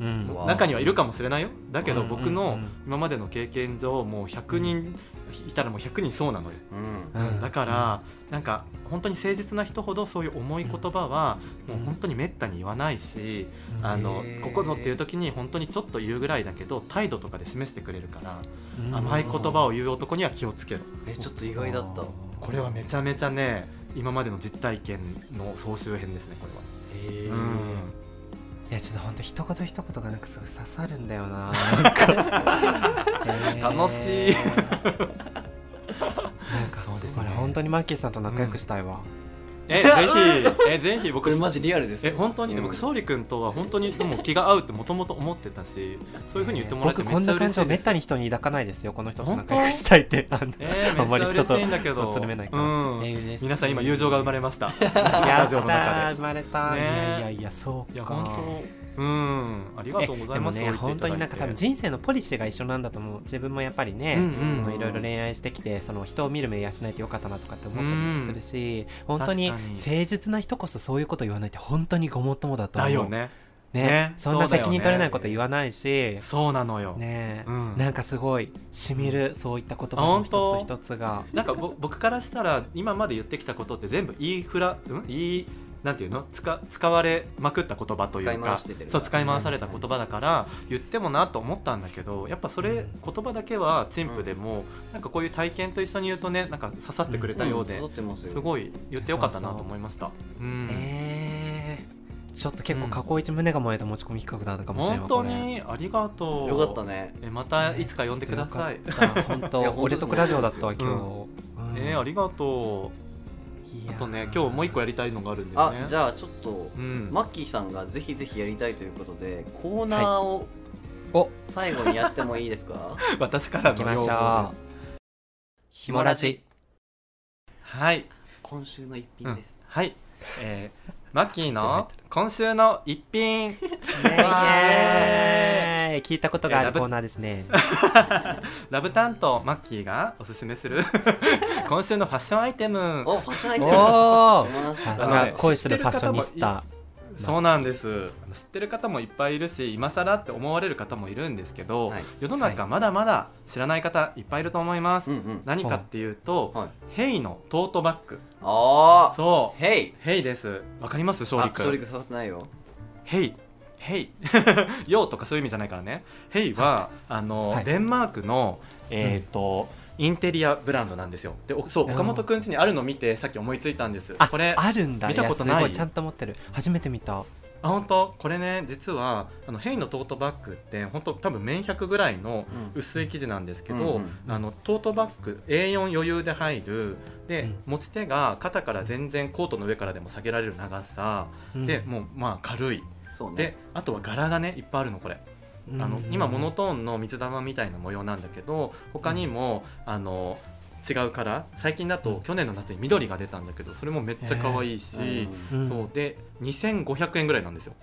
B: うん
A: わ
C: 中にはいるかもしれないよだけど
B: うん
C: 僕の
B: うんうん
C: 今までの経験上もう100人いたらもう100人そうなのよ
A: うん
B: うん
C: だからなんか本当に誠実な人ほどそういう重い言葉はもう本当にめったに言わないし、
B: うん
C: あの
A: へー
C: ここぞっていう時に本当にちょっと言うぐらいだけど態度とかで示してくれるか
B: う
C: ら。
B: ん
C: 甘い言葉を言う男には気をつけろ
A: えちょっと意外だった
C: これはめちゃめちゃね今までの実体験の総集編ですねこ
A: へえ
C: れは、
B: いやちょっと本当一言一言がなんかすごい刺さるんだよななんかえー
C: 楽しい
B: なんか
C: そうですね
B: これ本当にマッキーさんと仲良くしたいわ、
C: えぜ *laughs* ひえぜひ
A: こ
C: 僕
A: れマジリアルです
C: え本当に、
A: うん
C: 僕勝利君とは本当にでも気が合うってもともと思ってたしそういうふうに言ってもらえて
B: 僕
C: め
B: こ
C: っ
B: ん
C: ちゃ
B: な
C: 嬉
B: 感
C: しい
B: 情め
C: で
B: っ
C: す
B: たに人に抱かないですよこの人と
C: 本当
B: 仲良くしたいってあの
C: え
B: あ
C: ー、
B: ん
C: め
B: ま
C: っ
B: り
C: ち
B: 人
C: ゃ
B: と
C: 嬉しいんだけど
B: そうつるめないから、
C: うん
B: えー嬉しい
C: 皆さん今友情が生まれました
B: や
C: ラ
B: っ
C: ジ
B: た
C: オの中
B: ー
C: で
B: 生まれた、
C: ね
B: いやいやいやそうか
C: いや本当うんありがとうございます
B: えでもね
C: そう言
B: 本
C: っていただ
B: 当
C: いて
B: になんか多分人生のポリシーが一緒なんだと思う自分もやっぱりね、
C: うんうん
B: そのいろいろ恋愛してきてその人を見る目養えてよかったなとかって思ったりもするし本当に
C: 確かに
B: 誠実な人こそそういうこと言わないって本当にごもっともだと思
C: だ
B: う
C: よね
B: ね
C: ね
B: そんな責任
C: そ
B: 取れ
C: うだよね
B: ないこと言わないし
C: そうなのよ、
B: ね
C: うん
B: なんかすごいしみる、そういった言葉の一つ一つが
C: なんかぼ僕からしたら今まで言ってきたことって全部言いふら、うん、言いなんていうの使使われまくった言葉というか
A: 使い回しててる
C: そう使い回された言葉だから言ってもなと思ったんだけどやっぱそれ、
B: うん
C: 言葉だけは陳腐でも、なんかこういう体験と一緒に言うとねなんか刺さってくれたようで、
A: うん、誘ってますよ
C: すごい言ってよかったなと思いました。うん
B: えーちょっと結構過去一胸が燃えた持ち込み企画だったかもしれない
C: 本当にありがとう
A: よかったね
C: えまたいつか呼んでください、
B: 本
A: いや
B: 当
A: 本当
B: 俺とクラジオだったわ
C: そう
B: 今日、
C: なんですよえーありがとうあとね今日もう一個やりたいのがあるんだよ
A: あ
C: ね
A: じゃあちょっと、
C: うん
A: マッキーさんがぜひぜひやりたいということでコーナーを
B: お
A: 最後にやってもいいですか、
C: 私から
B: 行き
C: の要
B: まし
C: 望
B: ょ
C: です
A: ひ
B: もラジ
C: はい、
A: 今週の一
C: う
A: 品
C: ん
A: です、
C: はいえー、マッキーの今週の一品
B: う
C: わー
B: イエーイ聞いたことがあるコーナーですね
C: ラブ担当マッキーがおすすめ
A: *laughs*
C: する今週のファッションアイテム
A: おファッションアイ
B: お
A: テム
B: おー
A: 出まし
B: さ
A: た
B: す
C: あのね
B: が恋するファッショニスタ
C: そうなんです知ってる方もいっぱいいるし今更って思われる方もいるんですけど、
A: はい
C: 世の中まだまだ知らない方いっぱいいると思います、
A: うんうん
C: 何かっていうと、
A: はい
C: ヘイのトートバッグ
A: ああ
C: そう
A: ヘイ
C: ヘイですわかります勝
A: あ
C: 利君
A: 勝利君刺さってないよ
C: ヘイヘイ *laughs* ようとかそういう意味じゃないからねヘイはあの、
B: はい
C: デンマークのえっ、と、インテリアブランドなんですよでおそう
B: あー
C: 岡本くん家にあるの見てさっき思いついたんです
B: あ
C: これあ
B: あるんだ
C: 見たことない
B: やすごちゃんと持ってる初めて見た
C: 本当これね実はあのヘイのトートバッグって本当多分綿100ぐらいの
A: うん
C: 薄い生地なんですけど、
A: うんうん
C: あのトートバッグ A4 余裕で入るで、
B: うん
C: 持ち手が肩から全然コートの上からでも下げられる長さ、
B: うん
C: でもうまあ軽い
A: そうね
C: であとは柄がねいっぱいあるのこれ
B: うん
C: あの今モノトーンの水玉みたいな模様なんだけど他にも、あの違うカラー最近だと去年の夏に緑が出たんだけどそれもめっちゃ可愛いし、
A: うん
B: うん
C: そうで2500円ぐらいなんですよ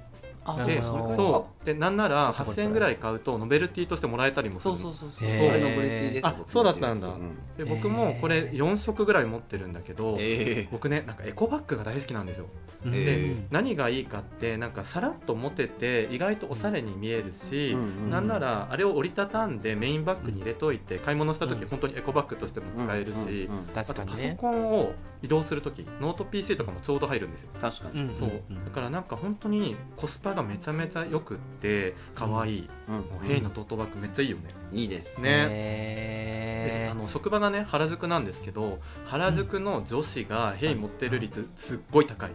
A: あそう
C: で
A: か
B: あ
A: それ
B: の
A: くらいか
B: ー
C: そうでなんなら
B: ちょっとこれ
C: 8000円ぐらい買うとノベルティとしてもらえたりもす
A: そ
C: る
A: う
C: の
A: そうそうそう
B: へー
A: 俺のブレティです
C: あ
A: 僕
C: そうだったんだ
A: ブレテ
C: で僕もこれ4色ぐらい持ってるんだけど、
A: ィですうんえ
C: 僕ねなんかエコバッグが大好きなんですよ
B: うん
A: え
C: で何がいいかってなんかさらっと持てて意外とおしゃれに見えるし、
A: うんうん
C: なんならあれを折りたたんでメインバッグに入れといて買い物した時
B: うん
C: 本当にエコバッグとしても
A: え
C: 使えるし、
A: うんうんうん
C: あ
B: 確
C: と
B: か
C: パ
B: に
C: ソ
B: ね
C: コンを移動する時ノート PC とかもちょうど入るんですよ。
A: 確かに
B: うん
C: そう
B: うんうん
C: だからなんか本当にコスパがめちゃめちゃ良くって可愛いもうヘイのトートバッグめっちゃいいよね。
A: うんいいです
C: ねで
B: へー
C: あの職場がね原宿なんですけど原宿の女子がヘイ持ってる率すっごい高い。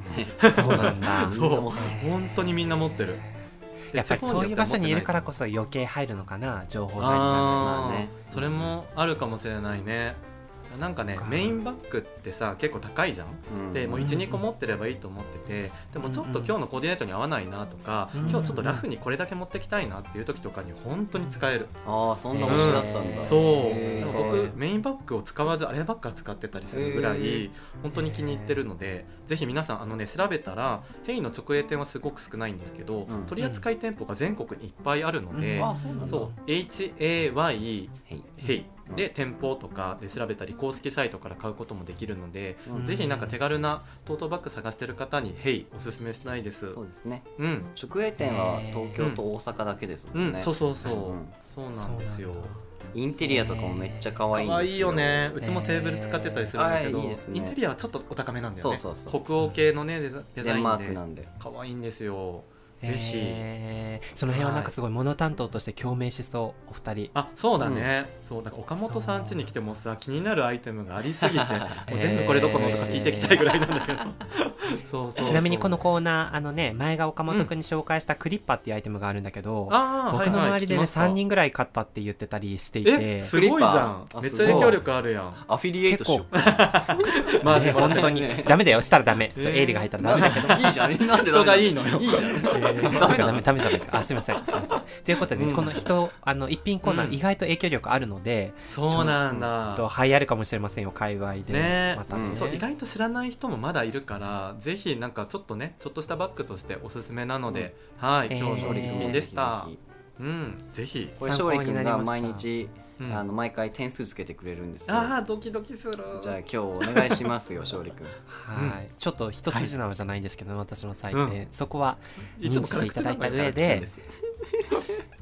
B: そうな
A: *laughs*
B: んだ
C: そう
A: みんな持ってる
B: へー
C: 本当にみんな持ってる
B: やっぱりそういう場所にいるからこそ余計入るのかな情報がな
A: あーま
B: るの
A: ね
C: それもあるかもしれないねなんかね
B: そっか
C: メインバッグってさ結構高いじゃん
A: うん
C: でもう
B: 一
C: 12個持ってればいいと思っててでもちょっ
B: うん
C: と
B: うん
C: 今日のコーディネートに合わないなとか
B: うんうん
C: 今日ちょっとラフにこれだけ持ってきたいなっていう時とかに本当に使える
A: ああそんな推しだったんだ、
B: うん
C: そう
A: へー
C: でも僕メインバッグを使わずあればっか使ってたりするぐら
A: へ
C: い
A: ー
C: 本当に気に入ってるのでぜひ皆さんあのね調べたらヘイの直営店はすごく少ないんですけど
A: うん
C: 取り扱い店舗が全国にいっぱいあるの
B: う
C: で
B: ん
A: あそうなんだ
C: そう HAY
A: はい
C: ヘイ
A: うん
C: で店舗とかで調べたり公式サイトから買うこともできるので、
A: うん
C: ぜひなんか手軽なトートバッグ探してる方にヘイおすすめしたいです
A: そうですね
C: うん
A: 直営店は東京と大阪だけです
C: う
A: もん
C: ん、
A: ね、
C: そうそうそう、
A: うん
C: そうなんですよ
A: インテリアとかもめっちゃ可愛いん
C: 可
A: ですよ
C: 愛いよねうちもテーブル使ってたりするんだけど、
A: えーあーいいですね
C: インテリアはちょっとお高めなんだよね
A: そうそうそう
C: 北欧系のねデザデ
A: デ
C: ザイ
A: ンマー
C: ン
A: ク
C: で
A: なんで
C: 可愛いんですよ
B: へー
C: ぜひ、
B: へーその辺はなんかすごいモノ担当として共鳴しそうお二人
C: あそうだね、そうだから岡本さん家に来てもさ気になるアイテムがありすぎてもう全部これどこのとか聞いていきたいぐらいなんだけどそうそうそう
B: ちなみにこのコーナーあのね前が岡本くんに紹介したクリッパっていうアイテムがあるんだけど、
C: あー
B: 僕の
C: はいは
B: 周
C: い
B: りでね、
C: 聞きました
B: 3人ぐらい買ったって言ってたりしてい
C: え
B: て
C: すごいじゃん
A: クリッパー
C: めっちゃ影響力あるやん
A: アフィリエイトしよう
C: マジ
B: ね、本当にダメだよしたらダメ、そう
C: えー
B: エイリが入ったらダメだけど
A: いいじゃんなん *laughs* でダメな
C: 人がいいの
A: *laughs*
C: よ
A: いいじゃんダメ
B: えー
A: だ
B: ダメダメじゃないかあすいませんすいませんということで、
C: うん
B: この人あの一品コーナ
C: う
B: ー
C: ん
B: 意外と影響力あるので、
C: そうなんだ
B: と流行るかもしれませんよ界隈で、
C: ね
B: またね、
A: うん
C: そう意外と知らない人もまだいるからぜひなんかちょっとねちょっとしたバッグとしておすすめなので、はい
B: えー
C: 今日の
A: 勝
C: 一
A: 利
C: 品
A: 君
C: でした、
A: ぜひぜ
C: うんぜひ
A: ひこれ勝利君が毎日
B: うん
A: あの毎回点数つけてくれるんですよ
C: あードキドキする
A: じゃあ今日お願いします
C: *laughs*
A: よ勝利君
B: はい、ちょっと一筋縄じゃないんですけど、私の採点、
C: う
B: そこはい
C: つ
B: 認
C: も
B: 知していただいた上で
C: 辛口なんですよ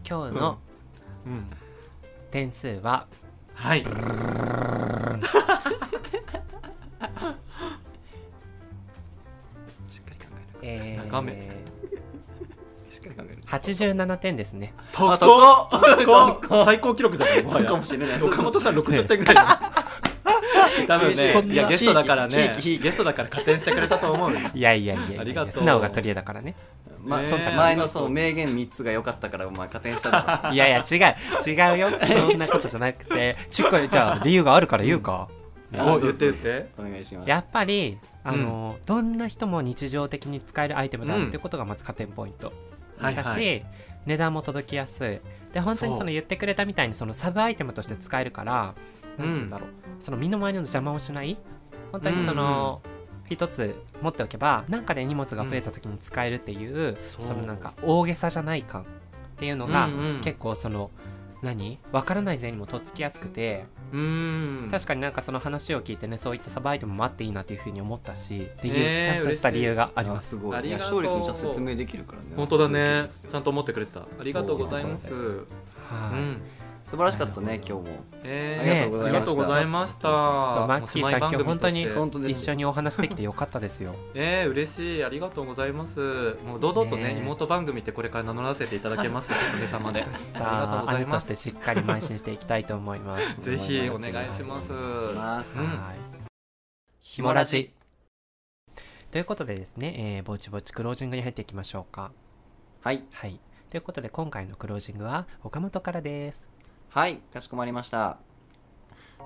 B: 今日の
C: うん
B: 点数は
C: はい
A: しっかり考え
B: え
C: 高め
B: ー、
A: るしっかり考える
B: 87点ですね
A: 高
C: 高
A: っ
C: 高っ最高記録じゃないもはや
A: そうかもしれない
C: 岡本さん60点ぐ
B: *laughs*
C: らい多分
A: こ
C: ね
A: んない
C: やゲストだからね
A: ひいきひ
C: ゲストだから加点してくれたと思うよ
B: いやいやいやいや
C: ありがとう
B: 素直が取り柄だからね
A: まあ、
C: ねえ
A: そんな前のそう名言3つが良かったからお前加点しただろ
B: *laughs*
C: *laughs*
B: いやいや違う違うよそんなことじゃなく *laughs* てちっこいじゃあ理由があるから言うか、
C: お言って言って
A: お願いします
B: やっぱりあの、どんな人も日常的に使えるアイテムであるってことがまず加点ポイント、
C: はい
B: だし、
C: はい
B: 値段も届きやすいで本当に
C: そう
B: その言ってくれたみたいにそのサブアイテムとして使えるから何て言うんだろう、その身の回りの邪魔をしない本当にその、一つ持っておけばなんかで荷物が増えた時に使えるっていう、
C: そう
B: そのなんか大げさじゃない感っていうのが、
C: うんうん
B: 結構その何わからない税にもとっつきやすくて、
C: うーん
B: 確かになんかその話を聞いてねそういったサブアイテムもあっていいなっていうふうに思ったしっていう、
C: えー
B: ちゃんとした理由があ
A: あ
B: ります
A: すご
C: あ
A: いい
C: り
A: や
C: がとう
A: 勝利君ちゃんと説明できるからね
C: 本当だね
A: 素
C: ちゃんと思ってくれたありがとうございます
A: そう
B: はい、
C: ん
A: 晴らしかったね今日も
C: え
A: あり
C: ーあり
A: が
C: が
A: と
C: と
A: う
C: う
A: ご
C: ご
A: ざ
C: ざ
A: い
C: い
A: ま
C: ま
A: し
C: したた。
B: マッキーさん今日本当に
C: お住まい番組として
A: 本当です
B: 一緒にお話できてよかったですよ。
C: えー、嬉しいありがとうございますもう堂々とね
B: ねえ
C: 妹番組ってこれから名乗らせていただけます *laughs* おかげさまでありがとうござい
B: 兄と
C: ま
B: し
C: す
B: てしっかり邁進していきたいと思います。
C: *laughs* ぜひお願いします
A: お願いします
C: うん
B: はい
A: ひもラジ
B: ということでですね、えーぼちぼちクロージングに入っていきましょうか。
A: はい
B: はい。ということで今回のクロージングは岡本からです。
A: はいかしこまりました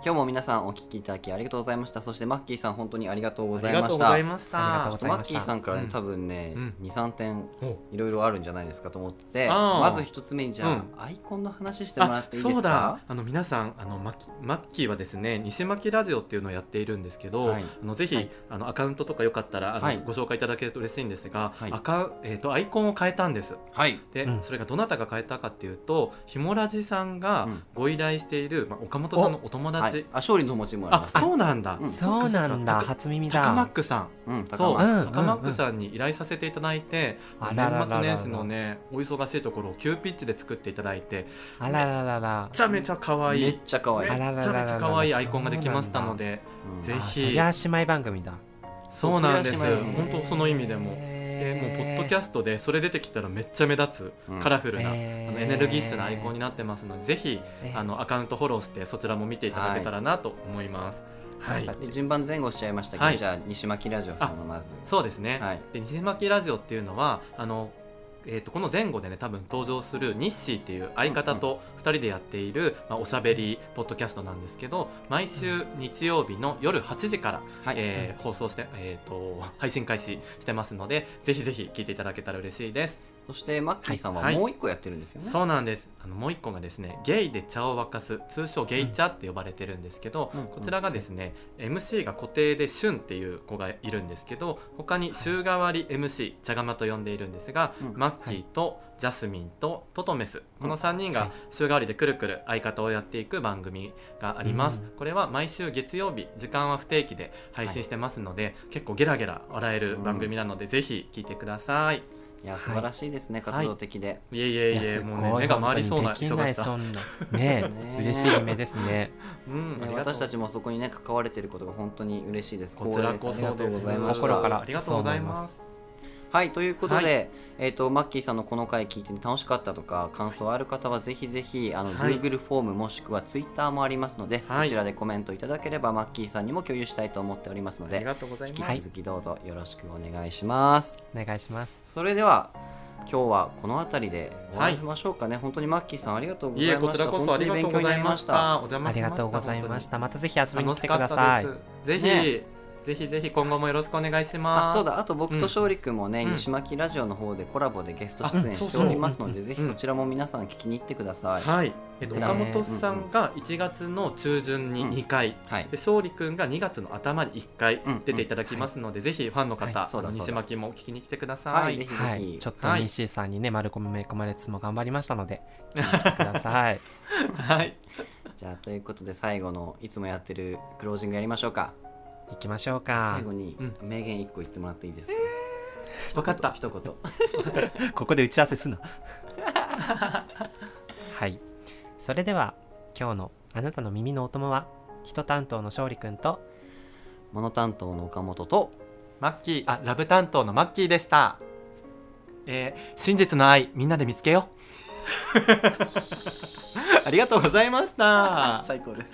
A: 今日も皆さんお聞きいただきありがとうございましたそしてマッキーさん本当にありがとうご
C: あ
A: ざ
C: り
A: いま
C: がとう
A: し
C: ご
A: た
C: ざいました
B: ありがとうございました
A: マッキーさんからね、
C: うん
A: 多分ね、
C: うん
A: 23点
C: お
A: いろいろあるんじゃないですかと思ってて
C: あー
A: まず一つ目にじゃあ、アイコンの話してもらっていいです
C: あ
A: か
C: そうだあの皆さんあのマッキマッキーはですね西マキラジオっていうのをやっているんですけど、
A: はい
C: あのぜひ、
A: はい
C: あのアカウントとかよかったらあの、
A: はい
C: ご紹介いただけると嬉しいんですが、
A: はい
C: アカウえー、とアイコンを変えたんです
A: はい
C: で、
B: うん
C: それがどなたが変えたかっていうとひもラジさんが
A: うん
C: ご依頼している、まあ、岡本さんのお友達、
A: はい、あ勝利の友達もあり
C: あ
A: ます
C: そうなんだ、
A: うん
B: そうなんだ、初耳だ。
C: 高マックさん
A: うん
C: そう
A: 高
B: う
A: 松
B: ん
C: 高マックさんに依頼させていただいて、
B: あららららら
C: 年末年始のねお忙しいところを急ピッチで作っていただいてめ
B: あらららら。
C: ちゃめちゃ可愛い
A: めっちゃ可愛い
B: あ
C: め
B: ら
C: っちゃめちゃ可愛いアイコンができましたので
A: うん
C: ぜ
B: あ
C: ひ
B: そりゃあ姉妹番組だ。
C: そうなんです
A: そうすりゃしまい
C: 本当その意味でもでもうポッドキャ
B: ス
C: ストでそれ出てきたらめっちゃ目立
A: う
C: つ
A: ん
C: カラフルなあの
B: へー
C: エネルギッシュなアイコンになってますのでぜひ
B: えー
C: あのアカウントフォローしてそちらも見ていただけたらなと思いますは
B: はいい
A: で順番前後しちゃいましたけど、
C: はい
A: じゃあ西巻ラジオさんのまず
C: そうですね
A: はい
C: で西巻ラジオっていうのはあのえー、とこの前後でね多分登場するニッシーっていう相方と2人でやっている、まあ、おしゃべりポッドキャストなんですけど毎週日曜日の夜8時から
A: はい、
C: えー放送して、えー、と配信開始してますのでぜひぜひ聞いていただけたら嬉しいです、
A: そしてマッキーさんは
C: はい
A: もう一個やってるんですよね、
C: そうなんですあのもう一個がですねゲイで茶を沸かす通称ゲイ茶って呼ばれてるんですけど、
A: うん
C: こちらがですね、MC が固定でシュンっていう子がいるんですけど他に週替わり MC 茶釜と呼んでいるんですが、
A: うん
C: マッキーと、ジャスミンとトトメスこの3人
B: は
C: が
B: い
C: 週替わりでくるくる相方をやっていく番組があります、
B: うん
C: これは毎週月曜日時間は不定期で配信してますので、結構ゲラゲラ笑える番組なので、ぜひ聞いてください
A: いや素晴らしいですね、活動的で、
C: いえいえい
B: いや
C: え
B: す
C: も
B: ご
C: う
B: い
C: ね目が回りそう
B: 本
C: な
B: 当にできな
C: 忙し
B: いそ
C: さ、
B: んな
C: *laughs*
B: ね
A: ね
B: え嬉しい夢ですね
C: うん
A: ね
C: ありがとう
A: 私たちもそこにね関われてることが本当に嬉しいです
C: こちらこそ
A: 光栄ですありがとうございました
B: 心から
C: ありがとうございます
A: はいということで、
C: は
A: えー、とマッキーさんのこの回聞いて楽しかったとか感想ある方はぜひぜひあの、
C: はい
A: Google フォームもしくは Twitter もありますので、
C: はい
A: そちらでコメントいただければマッキーさんにも共有したいと思っておりますの
C: あり
A: で
C: がとうござい
A: 引
C: ます、
A: き続きどうぞよろしくお願いします、
B: お願いします
A: それでは今日はこの辺りで終わりましょうかね、本当にマッキーさんありがとうござ
C: い
A: いま
C: え
A: した
C: こちらこそありがとうございましたお邪魔
B: あ
C: し
B: り
C: ま
B: が
C: した
B: とうございましたまたぜひ遊びに
C: 楽
B: 来
C: してか
B: く
C: っ
B: だ
C: た
B: さ
C: で
B: い
C: すぜひ、
A: ね
C: ぜひぜひ今後もよろしくお願いします
A: あそうだあと僕と勝利君もね、
C: うん
A: 西巻ラジオの方でコラボでゲスト出演しておりますので、
B: うん
A: ぜひそちらも皆さん聞きに行ってください、
C: はい、えっと、
A: ね
C: 岡本さんが1月の中旬に2回、
A: はい
C: で勝利君が2月の頭に1回
A: うん
C: 出ていただきますので、ぜひファンの方、
B: は
A: そうだ
C: あの
A: そうだ
C: 西巻も聞きに来てください。
A: はい、ぜひぜひ、
B: はいちょっと
C: はい
B: 西井 *laughs* さんにね丸込みめ込まれつつも頑張りましたので聞いてください
C: はい
A: じゃあということで最後のいつもやってるクロージングやりましょうか
B: 行きましょうか
A: 最後に
C: うん
A: 名言一個言ってもらっていいですか、
C: 分かった
A: 一言一
B: ここで打ち合わせすんな *laughs* はいそれでは今日のあなたの耳のお供は人担当の勝利くんと
A: 言モノ担当の岡本と
C: マッキーあラブ担当のマッキーでしたえー真実の愛みんなで見つけよ *laughs* うありがとうございました
A: 最高です